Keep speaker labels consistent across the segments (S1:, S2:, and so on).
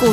S1: 股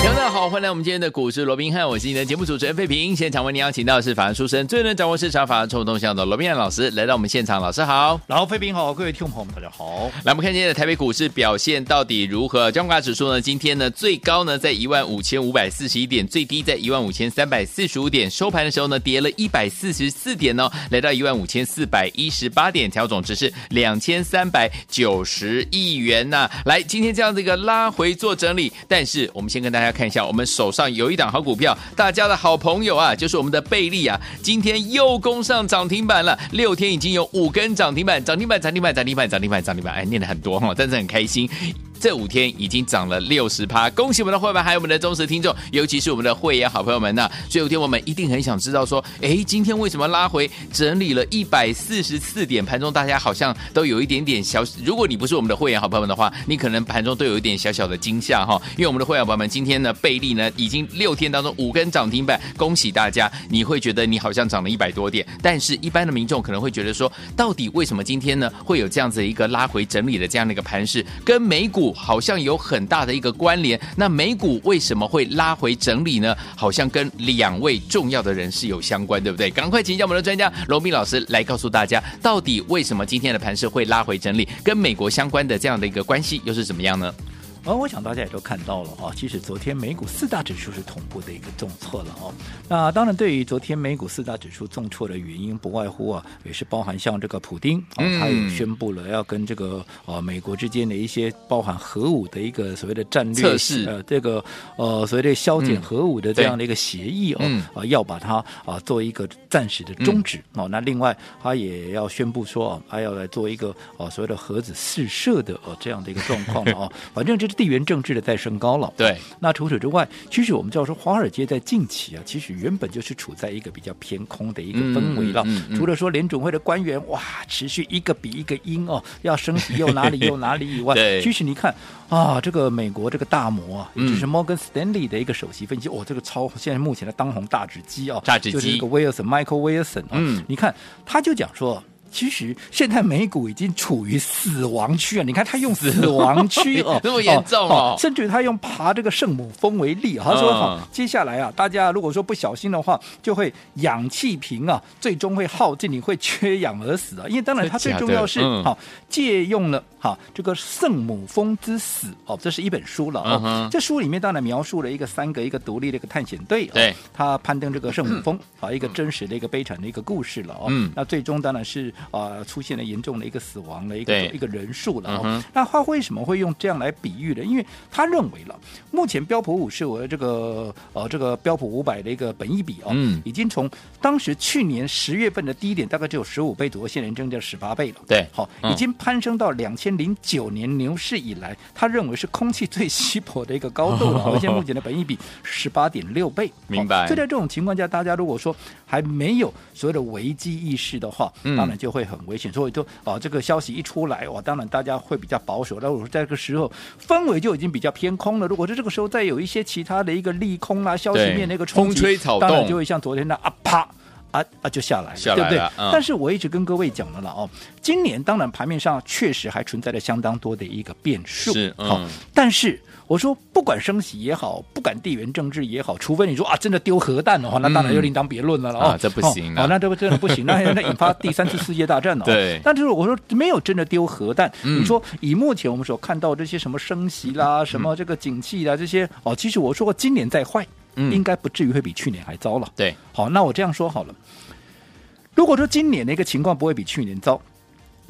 S2: 听众大家好，欢迎来我们今天的股市罗宾汉，我是你的节目主持人费平。现场为您邀请到的是法案出身、最能掌握市场法案臭动向的罗宾汉老师来到我们现场，老师好。
S3: 然后，飞平好，各位听众朋友们，大家好。
S2: 来，我们看今天的台北股市表现到底如何？加权指数呢？今天呢最高呢在一万五千五百四十一点，最低在一万五千三百四十五点，收盘的时候呢跌了一百四十四点哦，来到一万五千四百一十八点，调整值是两千三百九十亿元呐、来，今天这样这个拉回做整理，但是我们先跟大家看一下，我们手上有一档好股票，大家的好朋友啊，就是我们的贝利啊，今天又攻上涨停板了，六天已经有五根涨停板，涨停板，涨停板，涨停板，涨停板，涨停板，哎，念的很多哈，但是很开心。这五天已经涨了六十趴，恭喜我们的会员，还有我们的忠实听众，尤其是我们的会员好朋友们呐、所以有天我们一定很想知道说，哎，今天为什么拉回整理了一百四十四点？盘中大家好像都有一点点小，如果你不是我们的会员好朋友们的话，你可能盘中都有一点小小的惊吓哈，因为我们的会员朋友们今天呢，贝利呢已经六天当中五根涨停板，恭喜大家！你会觉得你好像涨了一百多点，但是一般的民众可能会觉得说，到底为什么今天呢会有这样子一个拉回整理的这样的一个盘势，跟美股好像有很大的一个关联？那美股为什么会拉回整理呢？好像跟两位重要的人士有相关，对不对？赶快请教我们的专家罗斌老师来告诉大家，到底为什么今天的盘势会拉回整理，跟美国相关的这样的一个关系又是怎么样呢？
S3: 而呃我想大家也都看到了哈、哦，其实昨天美股四大指数是同步的一个重挫了哦。那当然，对于昨天美股四大指数重挫的原因，不外乎啊，也是包含像这个普丁，哦
S2: 嗯
S3: 他也宣布了要跟这个呃美国之间的一些包含核武的一个所谓的战略
S2: 测试
S3: 呃，这个呃所谓的削减
S2: 嗯
S3: 核武的这
S2: 对
S3: 样的一个协议哦，
S2: 嗯
S3: 啊要把它啊、做一个暂时的终止、哦。那另外，他也要宣布说哦，他要来做一个哦所谓的核子试射的哦这样的一个状况了哦。反正这是地缘政治的在升高了。
S2: 对，
S3: 那除此之外，其实我们知道说，华尔街在近期啊，其实原本就是处在一个比较偏空的一个氛围了。
S2: 嗯嗯嗯嗯
S3: 除了说联准会的官员哇，持续一个比一个阴哦，要升息又哪 里又哪里以外
S2: 对，
S3: 其实你看啊，这个美国这个大摩啊，也
S2: 嗯
S3: 就是摩根斯丹利的一个首席分析，哦，这个超现在目前的当红大指机哦，
S2: 大指
S3: 就是
S2: 机
S3: 这个威尔森 Michael Wilson 啊，
S2: 嗯，
S3: 你看他就讲说。其实现在美股已经处于死亡区啊！你看他用死亡区哦
S2: 这么严重哦
S3: 甚至于他用爬这个圣母峰为例啊，他说哈、
S2: 嗯
S3: 接下来啊，大家如果说不小心的话，就会氧气瓶啊，最终会耗尽，你会缺氧而死啊。因为当然，它
S2: 真
S3: 最
S2: 假的
S3: 重要是
S2: 嗯
S3: 好、借用了哈、这个圣母峰之死哦，这是一本书了哦。
S2: 嗯哼
S3: 这书里面当然描述了一个三个一个独立的一个探险队、哦，
S2: 对，
S3: 他攀登这个圣 母峰啊，一个真实的一个悲惨的一个故事了哦。
S2: 嗯
S3: 那最终当然是啊、呃出现了严重的一个死亡的一个
S2: 对
S3: 一个人数了、哦。
S2: 嗯哼
S3: 那他为什么会用这样来比喻呢？因为他认为了，目前标普五是我的这个呃这个标普五百的一个本益比哦，
S2: 嗯
S3: 已经从当时去年十月份的低点大概只有十五倍左右，现在已经到十八倍了。
S2: 对
S3: 好、
S2: 嗯
S3: 已经攀升到两千零九年牛市以来，他认为是空气最稀薄的一个 高度了。啊而且目前的本益比十八点六倍，
S2: 明白
S3: 好所以在这种情况下，大家如果说还没有所谓的危机意识的话，
S2: 嗯
S3: 当然就会很危险。所以就啊、这个消息一出来，哇，当然大家会比较保守。那我说在这个时候氛围就已经比较偏空了。如果是这个时候再有一些其他的一个利空啦、消息
S2: 对
S3: 面的一个冲
S2: 风
S3: 击，
S2: 吹草
S3: 当然
S2: 动
S3: 就会像昨天那啊啪。啊啊，就下来了，
S2: 下来
S3: 对不对
S2: 了？嗯
S3: 但是我一直跟各位讲了了哦，今年当然盘面上确实还存在着相当多的一个变数，
S2: 是嗯
S3: 好，但是我说，不管升息也好，不管地缘政治也好，除非你说啊，真的丢核弹的话，那当然
S2: 嗯
S3: 又另当别论了了、
S2: 啊
S3: 哦
S2: 这不行啊
S3: 哦，哦那这个真的不行，那那引发第三次世界大战了、哦。
S2: 对
S3: 但就是我说没有真的丢核弹。
S2: 嗯
S3: 你说以目前我们所看到这些什么升息啦、什么这个景气啦这些哦，其实我说过今年再坏，
S2: 嗯
S3: 应该不至于会比去年还糟了。
S2: 对，
S3: 好，那我这样说好了，如果说今年的一个情况不会比去年糟，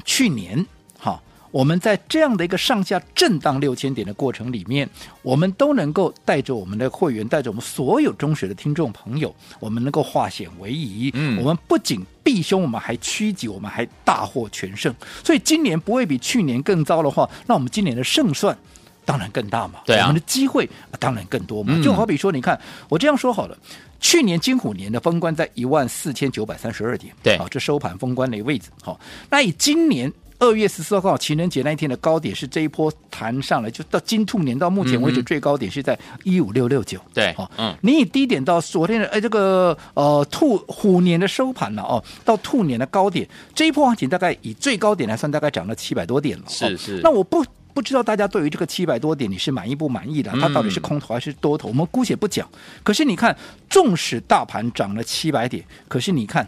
S3: 去年好，我们在这样的一个上下震荡六千点的过程里面，我们都能够带着我们的会员，带着我们所有中学的听众朋友，我们能够化险为夷。
S2: 嗯
S3: 我们不仅避凶，我们还趋吉，我们还大获全胜。所以今年不会比去年更糟的话，那我们今年的胜算。当然更大嘛，
S2: 对啊
S3: 我们的机会、啊当然更多嘛。
S2: 嗯
S3: 就好比说，你看，我这样说好了，去年金虎年的封关在一万四千九百三十二点，啊
S2: 对
S3: 好、这收盘封关的位置，好、那以今年二月十四号情人节那一天的高点是这一波弹上来，就到金兔年到目前为
S2: 嗯
S3: 止
S2: 哼
S3: 最高点是在一五六六九。
S2: 对
S3: 好、
S2: 嗯
S3: 你以低点到昨天的哎这个呃兔虎年的收盘了哦，到兔年的高点，这一波行情大概以最高点来算，大概涨了七百多点了。
S2: 是
S3: 哦
S2: 是
S3: 那我不。不知道大家对于这个七百多点你是满意不满意的？它到底
S2: 嗯
S3: 是空头还是多头？我们姑且不讲。可是你看，纵使大盘涨了七百点，可是你看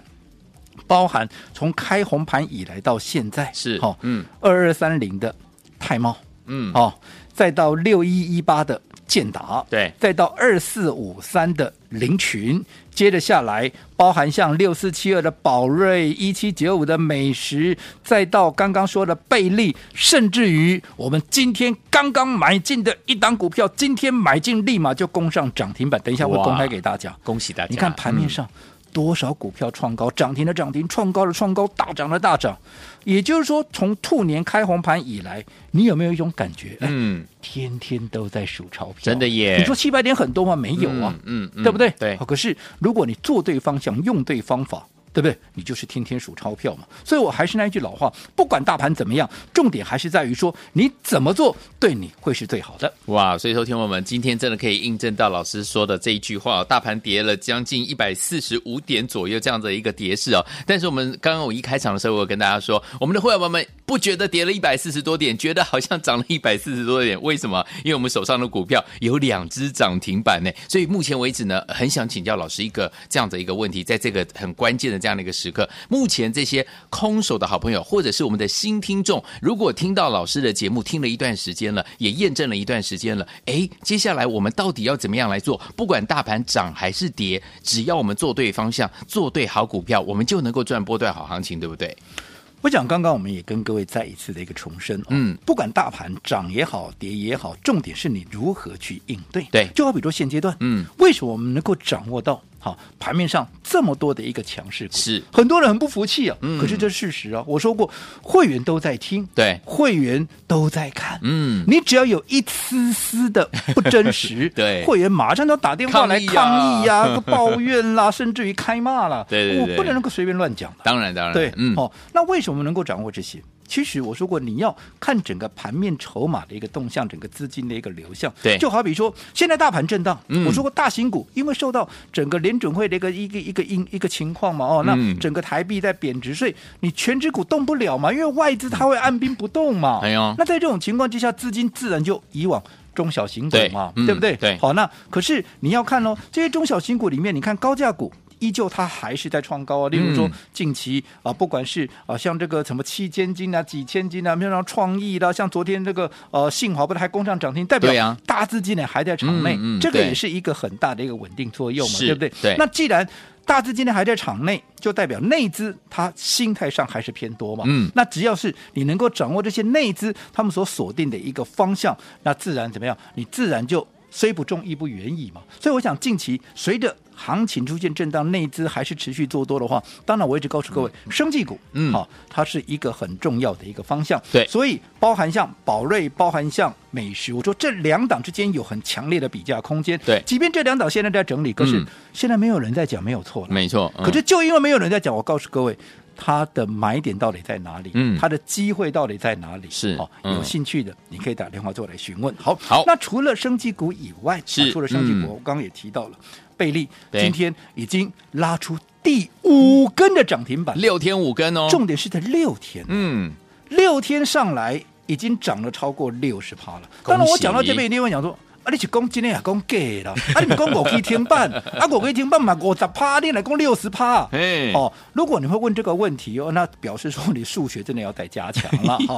S3: 包含从开红盘以来到现在哦
S2: 是
S3: 好，
S2: 嗯，
S3: 二二三零的泰茂，
S2: 嗯，
S3: 哦，再到六一一八的建达，
S2: 对
S3: 再到二四五三的林群，接着下来包含像六四七二的宝瑞、一七九五的美食，再到刚刚说的贝利，甚至于我们今天刚刚买进的一档股票，今天买进立马就攻上涨停板，等一下会
S2: 哇
S3: 公开给大家。
S2: 恭喜大家！
S3: 啊
S2: 嗯
S3: 你看盘面上多少股票创高，涨停的涨停，创高的创高，大涨的大涨。也就是说，从兔年开红盘以来，你有没有一种感觉？哎，
S2: 嗯，嗯，
S3: 天天都在数钞票，啊
S2: 真的耶
S3: 你说七百点很多吗？没有啊，
S2: 嗯，嗯嗯
S3: 对不对？哦
S2: 对
S3: 好，可是如果你做对方向，用对方法。对不对？你就是天天数钞票嘛。所以我还是那一句老话，不管大盘怎么样，重点还是在于说你怎么做对你会是最好的。
S2: 哇！所以说，听我们今天真的可以印证到老师说的这一句话、哦：大盘跌了将近一百四十五点左右这样的一个跌势哦。但是我们刚刚我一开场的时候，我有跟大家说，我们的会员们不觉得跌了一百四十多点，觉得好像涨了一百四十多点，为什么？因为我们手上的股票有两只涨停板呢。所以目前为止呢，很想请教老师一个这样的一个问题，在这个很关键的这样的一个时刻，目前这些空手的好朋友，或者是我们的新听众，如果听到老师的节目听了一段时间了，也验证了一段时间了，诶，接下来我们到底要怎么样来做？不管大盘涨还是跌，只要我们做对方向，做对好股票，我们就能够赚波段好行情，对不对？
S3: 我想刚刚我们也跟各位再一次的一个重申、哦，
S2: 嗯，
S3: 不管大盘涨也好，跌也好，重点是你如何去应对。
S2: 对
S3: 就好比说现阶段，
S2: 嗯，
S3: 为什么我们能够掌握到好盘面上这么多的一个强势股？
S2: 是
S3: 很多人很不服气啊，
S2: 嗯
S3: 可是这是事实啊。我说过，会员都在听，
S2: 对
S3: 会员都在看，
S2: 嗯
S3: 你只要有一丝丝的不真实，
S2: 对
S3: 会员马上都打电话来
S2: 抗
S3: 抗
S2: 议
S3: 议
S2: 啊
S3: 呀、 抱怨啦，甚至于开骂啦。
S2: 对对对
S3: 我不能够随便乱讲的。
S2: 当然，当然，
S3: 对，
S2: 嗯，
S3: 哦，那为什么能够掌握这些？其实我说过，你要看整个盘面筹码的一个动向，整个资金的一个流向。
S2: 对
S3: 就好比说，现在大盘震荡，
S2: 嗯
S3: 我说过大型股，因为受到整个联准会的一个一个一个因一个情况嘛，哦，那
S2: 嗯
S3: 整个台币在贬值，所以你全指股动不了嘛，因为外资它会按兵不动嘛。
S2: 哎呦
S3: 那在这种情况之下，资金自然就以往中小型股
S2: 对
S3: 嘛，
S2: 嗯
S3: 不对？
S2: 对
S3: 好，那可是你要看哦，这些中小新股里面，你看高价股。依旧它还是在创高啊，例如说
S2: 嗯
S3: 近期啊，不管是啊像这个什么七千金啊、几千金啊，像创意啦、像昨天这个呃信华不是还攻上涨停，代
S2: 对
S3: 表
S2: 啊
S3: 大资金呢还在场内，
S2: 嗯嗯
S3: 这个
S2: 对
S3: 也是一个很大的一个稳定作用嘛，
S2: 是
S3: 对不对？
S2: 对
S3: 那既然大资金呢还在场内，就代表内资它心态上还是偏多嘛，
S2: 嗯
S3: 那只要是你能够掌握这些内资他们所锁定的一个方向，那自然怎么样？你自然就虽不中亦不远矣嘛。所以我想，近期随着行情出现震荡，内资还是持续做多的话，当然我一直告诉各位，生技股，
S2: 嗯
S3: 好、它是一个很重要的一个方向。
S2: 对
S3: 所以包含像宝瑞，包含像美食，我说这两档之间有很强烈的比价空间。
S2: 对
S3: 即便这两档现在在整理，可是
S2: 嗯
S3: 现在没有人在讲，没有错了。
S2: 没错。嗯
S3: 可是就因为没有人在讲，我告诉各位，它的买点到底在哪里？
S2: 嗯
S3: 它的机会到底在哪里？
S2: 是
S3: 好、
S2: 嗯
S3: 有兴趣的你可以打电话过来询问。好，
S2: 好
S3: 那除了生技股以外，
S2: 是
S3: 啊除了生技
S2: 嗯
S3: 股，我刚刚也提到了，贝利
S2: 对
S3: 今天已经拉出第五根的涨停板，
S2: 六天五根哦，
S3: 重点是在六天，
S2: 嗯，
S3: 六天上来已经涨了超过六十趴了。
S2: 恭喜
S3: 当然，我讲到这边，一定会讲说。啊！你是讲今天也讲假啦，啊！你讲五 K 停板，啊五 K 停板嘛五十趴，你来讲六十趴，
S2: 嘿，
S3: 哦，如果你会问这个问题哦，那表示说你数学真的要再加强了哈、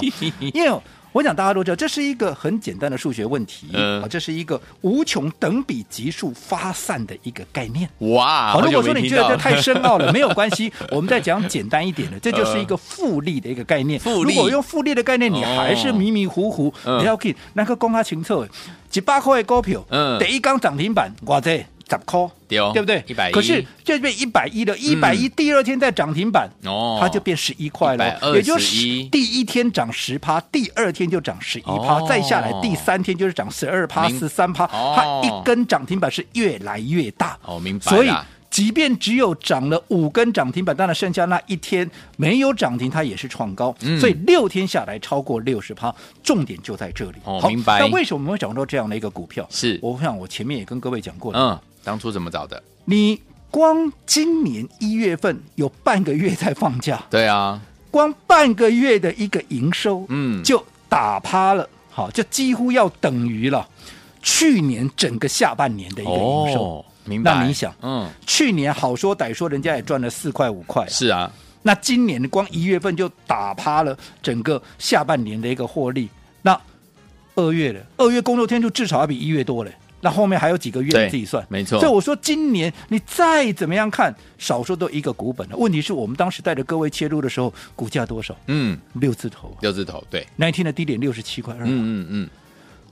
S3: 因为我想大家都知道，这是一个很简单的数学问题，
S2: 嗯
S3: 啊，这是一个无穷等比级数发散的一个概念。
S2: 哇！
S3: 好，
S2: 好
S3: 如
S2: 久
S3: 果
S2: 没
S3: 说你
S2: 听
S3: 觉得
S2: 到
S3: 这
S2: 了
S3: 太深奥了，没有关系，我们再讲简单一点的，这就是一个复利的一个概念。
S2: 嗯复利
S3: 如果用复利的概念，你还是迷迷糊糊，
S2: 嗯
S3: 你要看那个公开情测，几百块的股票，
S2: 嗯
S3: 第一缸涨停板，哇这十块，
S2: 对哦
S3: 对不对？
S2: 110
S3: 可是这边一百一的，一百一第二天再涨停板，
S2: 嗯哦
S3: 它就变十一块
S2: 121
S3: 了，也就是第一天涨十趴，第二天就涨十一趴
S2: 哦，
S3: 再下来第三天就是涨十二趴、
S2: 明
S3: 十三趴，
S2: 哦
S3: 它一根涨停板是越来越大。
S2: 哦明白
S3: 所以
S2: 啦
S3: 即便只有涨了五根涨停板，当然剩下那一天没有涨停，它也是创高，
S2: 嗯
S3: 所以六天下来超过六十趴，重点就在这里。
S2: 哦
S3: 好
S2: 明白
S3: 那为什么我们会讲到这样的一个股票？
S2: 是
S3: 我想我前面也跟各位讲过了，
S2: 嗯，当初怎么找的？
S3: 你光今年一月份有半个月在放假，
S2: 对啊，
S3: 光半个月的一个营收，
S2: 嗯
S3: 就打趴了，好，就几乎要等于了去年整个下半年的一个营收。
S2: 哦，明白。
S3: 那你想
S2: 嗯，
S3: 去年好说歹说，人家也赚了四块五块啊，
S2: 是啊，
S3: 那今年光一月份就打趴了整个下半年的一个获利。那二月了，二月工作天数至少要比一月多了。那后面还有几个月
S2: 对
S3: 你自己算，
S2: 没错
S3: 所以我说今年你再怎么样看，少说都一个股本了。问题是我们当时带着各位切入的时候，股价多少？
S2: 嗯，
S3: 六字头啊。
S2: 六字头，对，
S3: 那一天的低点六十七块二。
S2: 嗯嗯嗯，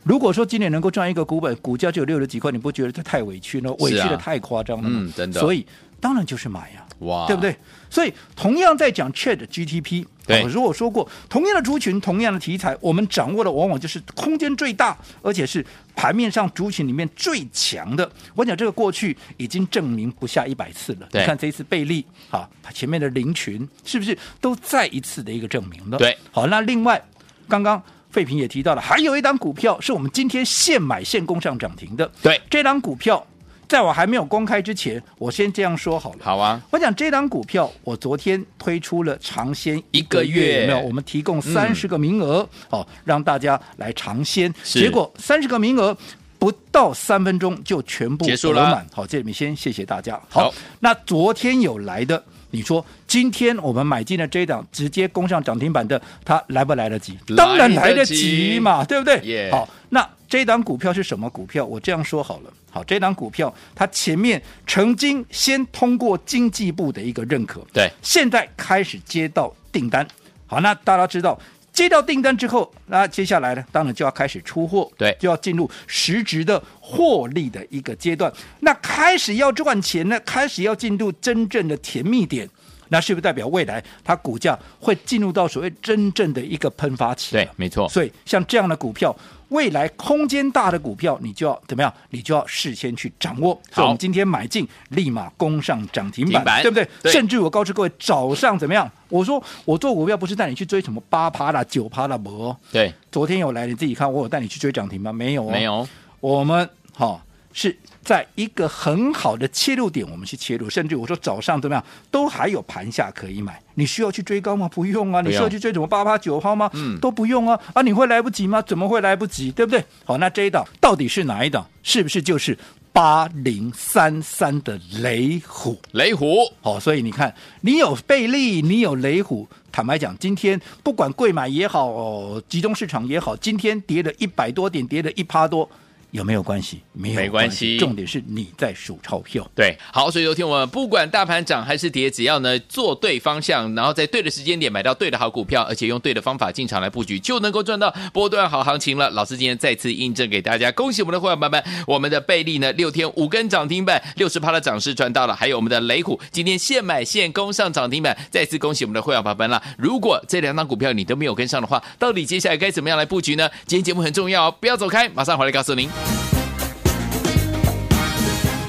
S3: 如果说今年能够赚一个股本，股价就有六十几块，你不觉得这太委屈了？委屈的太夸张了吗？
S2: 啊嗯真的
S3: 所以当然就是买啊呀、
S2: 哇，
S3: 对不？对？所以同样在讲 Chat GTP，
S2: 对
S3: 我如果说过同样的族群、同样的题材，我们掌握的往往就是空间最大，而且是盘面上族群里面最强的。我讲这个过去已经证明不下一百次了。
S2: 对
S3: 你看这一次贝利啊，前面的林群是不是都再一次的一个证明了？
S2: 对，
S3: 好，那另外刚刚。费平也提到了，还有一档股票是我们今天现买现攻上涨停的。
S2: 对
S3: 这档股票在我还没有公开之前，我先这样说好了。
S2: 好啊，
S3: 我讲这档股票，我昨天推出了尝鲜
S2: 一个月嗯
S3: 有没有？我们提供三十个名额、哦，让大家来尝鲜。
S2: 是
S3: 结果三十个名额不到三分钟就全部
S2: 结束
S3: 额
S2: 了
S3: 满。好，这里面先谢谢大家。
S2: 好
S3: 那昨天有来的，你说今天我们买进了这一档，直接攻上涨停板的，它来不来得及？
S2: 来
S3: 当然来
S2: 得
S3: 得
S2: 及
S3: 及嘛，对不对？
S2: Yeah
S3: 好，那这档股票是什么股票？我这样说好了，好，这档股票它前面曾经先通过经济部的一个认可，
S2: 对，
S3: 现在开始接到订单。好，那大家知道。接到订单之后，那接下来呢，当然就要开始出货，
S2: 对
S3: 就要进入实质的获利的一个阶段。那开始要赚钱呢，开始要进入真正的甜蜜点，那是不是代表未来它股价会进入到所谓真正的一个喷发期啊了？
S2: 对，没错，
S3: 所以像这样的股票，未来空间大的股票，你就要怎么样？你就要事先去掌握。所以我们今天买进，立马攻上涨停
S2: 停
S3: 板，
S2: 板
S3: 对不对？
S2: 对
S3: 甚至我告诉各位，早上怎么样？我说我做股票不是带你去追什么八趴啦、九趴啦，没哦。
S2: 对，
S3: 昨天有来，你自己看，我有带你去追涨停吗？没有哦，
S2: 没。有，
S3: 我们哈、是在一个很好的切入点，我们去切入，甚至我说早上怎么样，都还有盘下可以买。你需要去追高吗？不用啊，
S2: 不用
S3: 你需要去追什么八八九号吗？嗯，都不用啊。啊，你会来不及吗？怎么会来不及？对不对？好，那这一档到底是哪一档？是不是就是八零三三的雷虎？
S2: 雷虎，
S3: 好、所以你看，你有贝利，你有雷虎。坦白讲，今天不管贵买也好，哦集中市场也好，今天跌了一百多点，跌了一趴多，有没有关系？没有
S2: 没关
S3: 关
S2: 系
S3: 重点是你在数钞票。
S2: 对，好，所以昨天我们不管大盘涨还是跌，只要呢做对方向，然后在对的时间点买到对的好股票，而且用对的方法进场来布局，就能够赚到波段好行情了。老师今天再次印证给大家，恭喜我们的会员朋友们，我们的贝利呢六天五根涨停板，六十趴的涨势赚到了，还有我们的雷虎今天现买现攻上涨停板，再次恭喜我们的会员朋友们了。如果这两档股票你都没有跟上的话，到底接下来该怎么样来布局呢？今天节目很重要哦，不要走开，马上回来告诉您。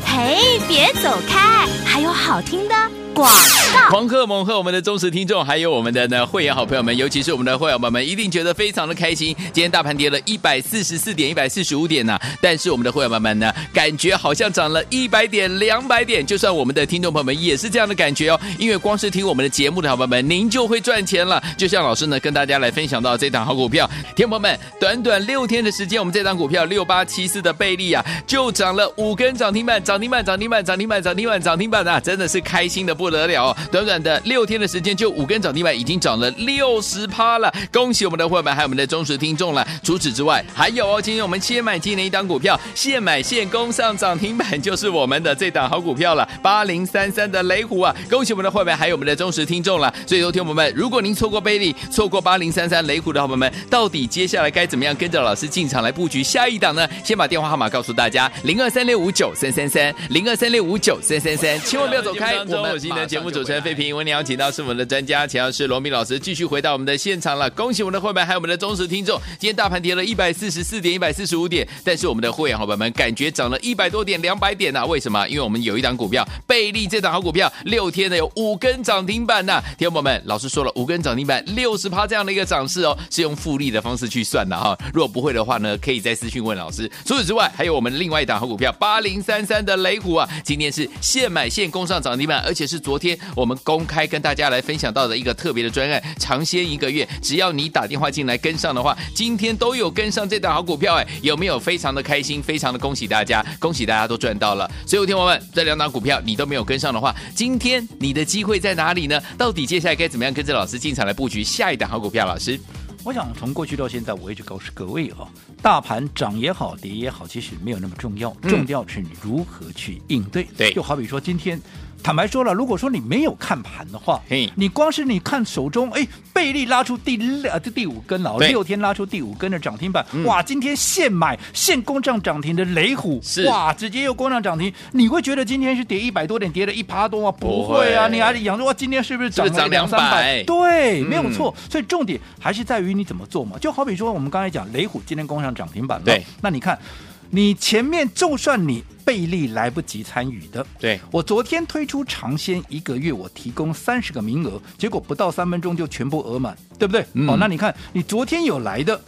S1: 嘿，别走开，还有好听的广告。
S2: 狂贺猛贺我们的忠实听众，还有我们的呢会员好朋友们，尤其是我们的会员宝宝们，一定觉得非常的开心。今天大盘跌了一百四十四点、一百四十五点呐、但是我们的会员宝宝们呢，感觉好像涨了一百点、两百点。就算我们的听众朋友们也是这样的感觉哦，因为光是听我们的节目的好朋友们，您就会赚钱了。就像老师呢跟大家来分享到这档好股票，听众朋友们，短短六天的时间，我们这档股票六八七四的贝利啊，就涨了五根涨停板，涨停板，涨停板，涨停板，涨停板，涨停板啊，真的是开心的不得了、哦。短短的六天的时间，就五根涨停板已经涨了六十趴了，恭喜我们的会员们还有我们的忠实听众了。除此之外，还有哦，今天我们先买进了一档股票，现买现攻上涨停板，就是我们的这档好股票了，八零三三的雷虎啊，恭喜我们的会员们还有我们的忠实听众了。所以，昨天我们，如果您错过贝利，错过八零三三雷虎的好朋友们，到底接下来该怎么样跟着老师进场来布局下一档呢？先把电话号码告诉大家：零二三六五九三三三，零二三六五九三三三，千万不要走开，我们您的节目主持人费平，为您邀请到是我们的专家，钱老师、罗明老师，继续回到我们的现场了。恭喜我们的会员，还有我们的忠实听众。今天大盘跌了一百四十四点、一百四十五点，但是我们的会员伙伴们感觉涨了一百多点、两百点呐、啊为什么？因为我们有一档股票，贝利这档好股票，六天的有五根涨停板呐、听众朋友们，老师说了，五根涨停板六十趴这样的一个涨势哦，是用复利的方式去算的哈。如果不会的话呢，可以再私讯问老师。除此之外，还有我们另外一档好股票八零三三的雷虎啊，今天是现买现攻上涨停板，而且是昨天我们公开跟大家来分享到的一个特别的专案，尝鲜一个月，只要你打电话进来跟上的话，今天都有跟上这档好股票哎，有没有非常的开心？非常的恭喜大家，恭喜大家都赚到了。所以，有天我们这两档股票你都没有跟上的话，今天你的机会在哪里呢？到底接下来该怎么样跟着老师进场来布局下一档好股票？老师，
S3: 我想从过去到现在，我一直告诉各位哦，大盘涨也好，跌也好，其实没有那么重要，
S2: 嗯
S3: 重要是你如何去应对。
S2: 对
S3: 就好比说今天。坦白说了，如果说你没有看盘的话
S2: 嘿，
S3: 你光是你看手中，哎，贝利拉出第呃第第五根了哦，
S2: 对
S3: 六天拉出第五根的涨停板，
S2: 嗯
S3: 哇，今天现买现攻上涨停的雷虎，
S2: 是
S3: 哇，直接又攻上涨停，你会觉得今天是跌一百多点，跌了一趴多吗？
S2: 不
S3: 不
S2: 会
S3: 会啊，你还得想说哇，今天是不是
S2: 是不
S3: 涨
S2: 是
S3: 了
S2: 涨
S3: 两三
S2: 200
S3: 百？对，
S2: 嗯
S3: 没有错。哦所以重点还是在于你怎么做嘛。就好比说我们刚才讲雷虎今天攻上涨停板了，
S2: 对，
S3: 那你看，你前面就算你贝利来不及参与的，
S2: 对
S3: 我昨天推出尝鲜一个月，我提供三十个名额，结果不到三分钟就全部额满，对不对？哦
S2: 嗯
S3: 好，那你看你昨天有来的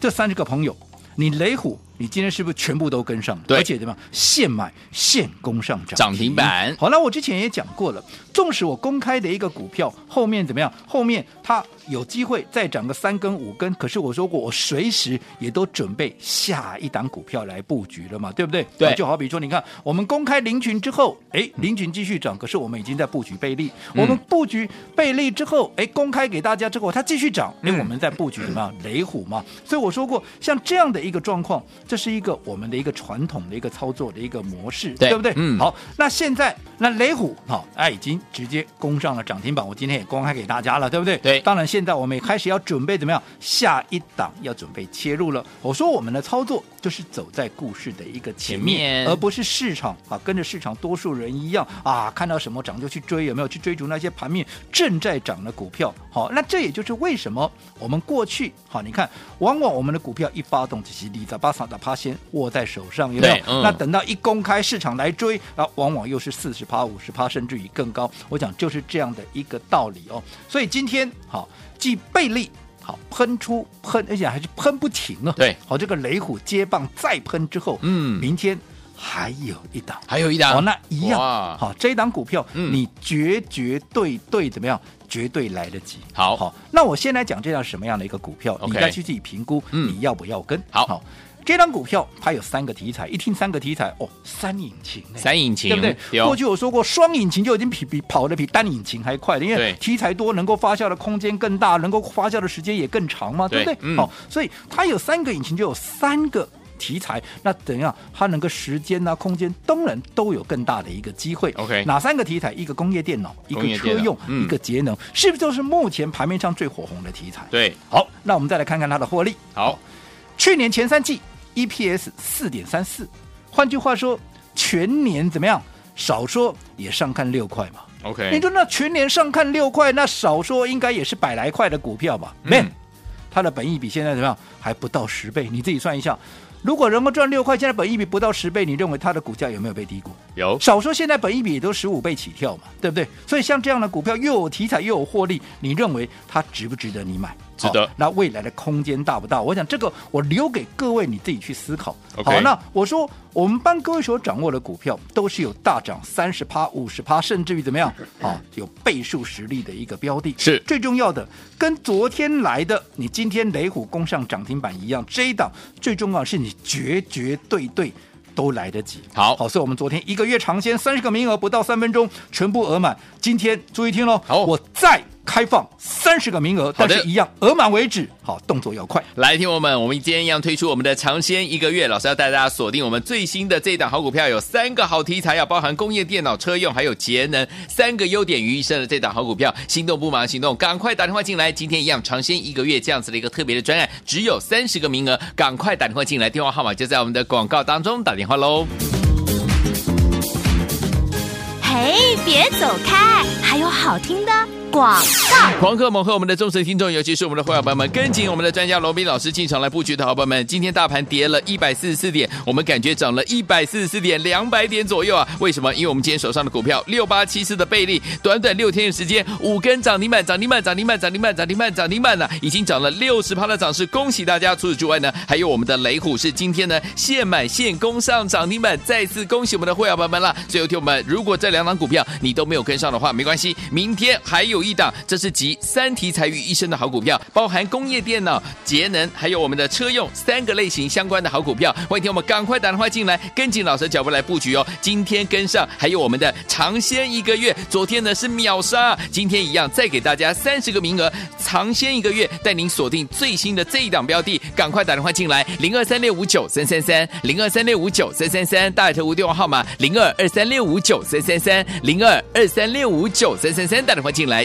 S3: 这三十个朋友，你雷虎。你今天是不是全部都跟上了？
S2: 对
S3: 而且怎么样，现买现攻上涨
S2: 涨停板
S3: 好，那我之前也讲过了，纵使我公开的一个股票后面怎么样，后面它有机会再涨个三根五根，可是我说过，我随时也都准备下一档股票来布局了嘛，对不对？
S2: 对
S3: 啊就好比说，你看我们公开林群之后，哎，林群继续涨，可是我们已经在布局贝利，
S2: 嗯
S3: 我们布局贝利之后，哎，公开给大家之后，它继续涨，哎，
S2: 嗯
S3: 我们在布局 什么样雷虎嘛？所以我说过，像这样的一个状况，这是一个我们的一个传统的一个操作的一个模式，
S2: 对
S3: 不对？
S2: 嗯
S3: 好。好，那现在那雷虎好，哎，已经直接攻上了涨停板，我今天也公开给大家了，对不对？
S2: 对
S3: 当然现在我们也开始要准备怎么样，下一档要准备切入了。我说我们的操作就是走在故事的一个前面，
S2: 前面
S3: 而不是市场啊，跟着市场多数人一样啊，看到什么涨就去追，有没有去追逐那些盘面正在涨的股票？好，那这也就是为什么我们过去好，你看，往往我们的股票一发动，只是你在巴萨的趴先握在手上，有没有
S2: 对？嗯
S3: 那等到一公开市场来追，啊，往往又是四十趴、五十趴，甚至于更高。我讲就是这样的一个道理哦。所以今天好，继贝利好喷出喷，而且还是喷不停啊。
S2: 对，
S3: 好，这个雷虎接棒再喷之后，
S2: 嗯
S3: 明天还有一档。
S2: 还有一档
S3: 好，那一样
S2: 哇
S3: 好，这一档股票、
S2: 嗯
S3: 你绝绝对对怎么样？绝对来得及。
S2: 好
S3: 好，那我先来讲这张什么样的一个股票
S2: OK
S3: 你再去自己评估，
S2: 嗯
S3: 你要不要跟？
S2: 好
S3: 这张股票它有三个题材，一听三个题材，哦，三引擎、欸，
S2: 三引擎
S3: 对不对？
S2: 哦
S3: 过去我说过，双引擎就已经比比跑得比单引擎还快了，因
S2: 对
S3: 为题材多，能够发酵的空间更大，能够发酵的时间也更长嘛，对不
S2: 对
S3: 对？
S2: 嗯
S3: 好，所以它有三个引擎，就有三个。题材那怎样？它能够时间呐、空间，当然都有更大的一个机会。
S2: OK
S3: 哪三个题材？一个工业电脑，一个
S2: 工业
S3: 车
S2: 电脑
S3: 用，
S2: 嗯
S3: 一个节能，是不是就是目前盘面上最火红的题材？
S2: 对，
S3: 好，那我们再来看看它的获利。
S2: 好，
S3: 去年前三季 EPS 四点三四，换句话说，全年怎么样？少说也上看六块嘛。你
S2: OK，
S3: 说那全年上看六块，那少说应该也是百来块的股票吧？
S2: 嗯
S3: 没、它的本益比现在怎么样？还不到十倍，你自己算一下。如果能够赚六块，现在本益比不到十倍，你认为它的股价有没有被低估？
S2: 有
S3: 少说现在本益比也都十五倍起跳嘛，对不对？所以像这样的股票又有题材又有获利，你认为它值不值得你买？
S2: 值得
S3: 好那未来的空间大不大？我想这个我留给各位你自己去思考。
S2: OK
S3: 好，那我说我们帮各位所掌握的股票都是有大涨三十趴、五十趴，甚至于怎么样啊，有倍数实力的一个标的。
S2: 是
S3: 最重要的，跟昨天来的你今天雷虎攻上涨停板一样，这一档最重要的是你绝绝对对都来得及。
S2: 好
S3: 好，所以我们昨天一个月尝鲜三十个名额，不到三分钟全部额满。今天注意听喽，
S2: 好
S3: 我再开放三十个名额，
S2: 好的
S3: 但是一样额满为止。好，动作要快。
S2: 来，听我们，我们今天一样推出我们的尝鲜一个月，老师要带大家锁定我们最新的这一档好股票，有三个好题材啊，包含工业电脑、车用还有节能三个优点于一身的这档好股票，心动不忙行动，赶快打电话进来，今天一样尝鲜一个月这样子的一个特别的专案，只有三十个名额，赶快打电话进来，电话号码就在我们的广告当中，打电话喽。
S1: 嘿，别走开，还有好听的广告。
S2: 狂贺猛贺我们的忠实听众，尤其是我们的会员朋友们，跟紧我们的专家罗斌老师进场来布局的好朋友们。今天大盘跌了一百四十四点，我们感觉涨了一百四十四点，两百点左右啊？为什么？因为我们今天手上的股票六八七四的贝利，短短六天的时间，五根涨停板，涨停板，涨停板，涨停板，涨停板，涨停板呢，已经涨了六十趴的涨势，恭喜大家！除此之外呢，还有我们的雷虎是今天呢现买现攻上涨停板，再次恭喜我们的会员朋友们了。所以，听我们，如果这两档股票你都没有跟上的话，没关系，明天还有一档，这是集三题材于一身的好股票，包含工业电脑、节能，还有我们的车用三个类型相关的好股票。欢迎听我们赶快打电话进来，跟紧老师的脚步来布局哦。今天跟上，还有我们的尝鲜一个月，昨天呢是秒杀，今天一样再给大家三十个名额，尝鲜一个月，带您锁定最新的这一档标的，赶快打电话进来，零二三六五九三三三，零二三六五九三三三，大海特务电话号码零二二三六五九三三三，零二二三六五九三三三，打电话进来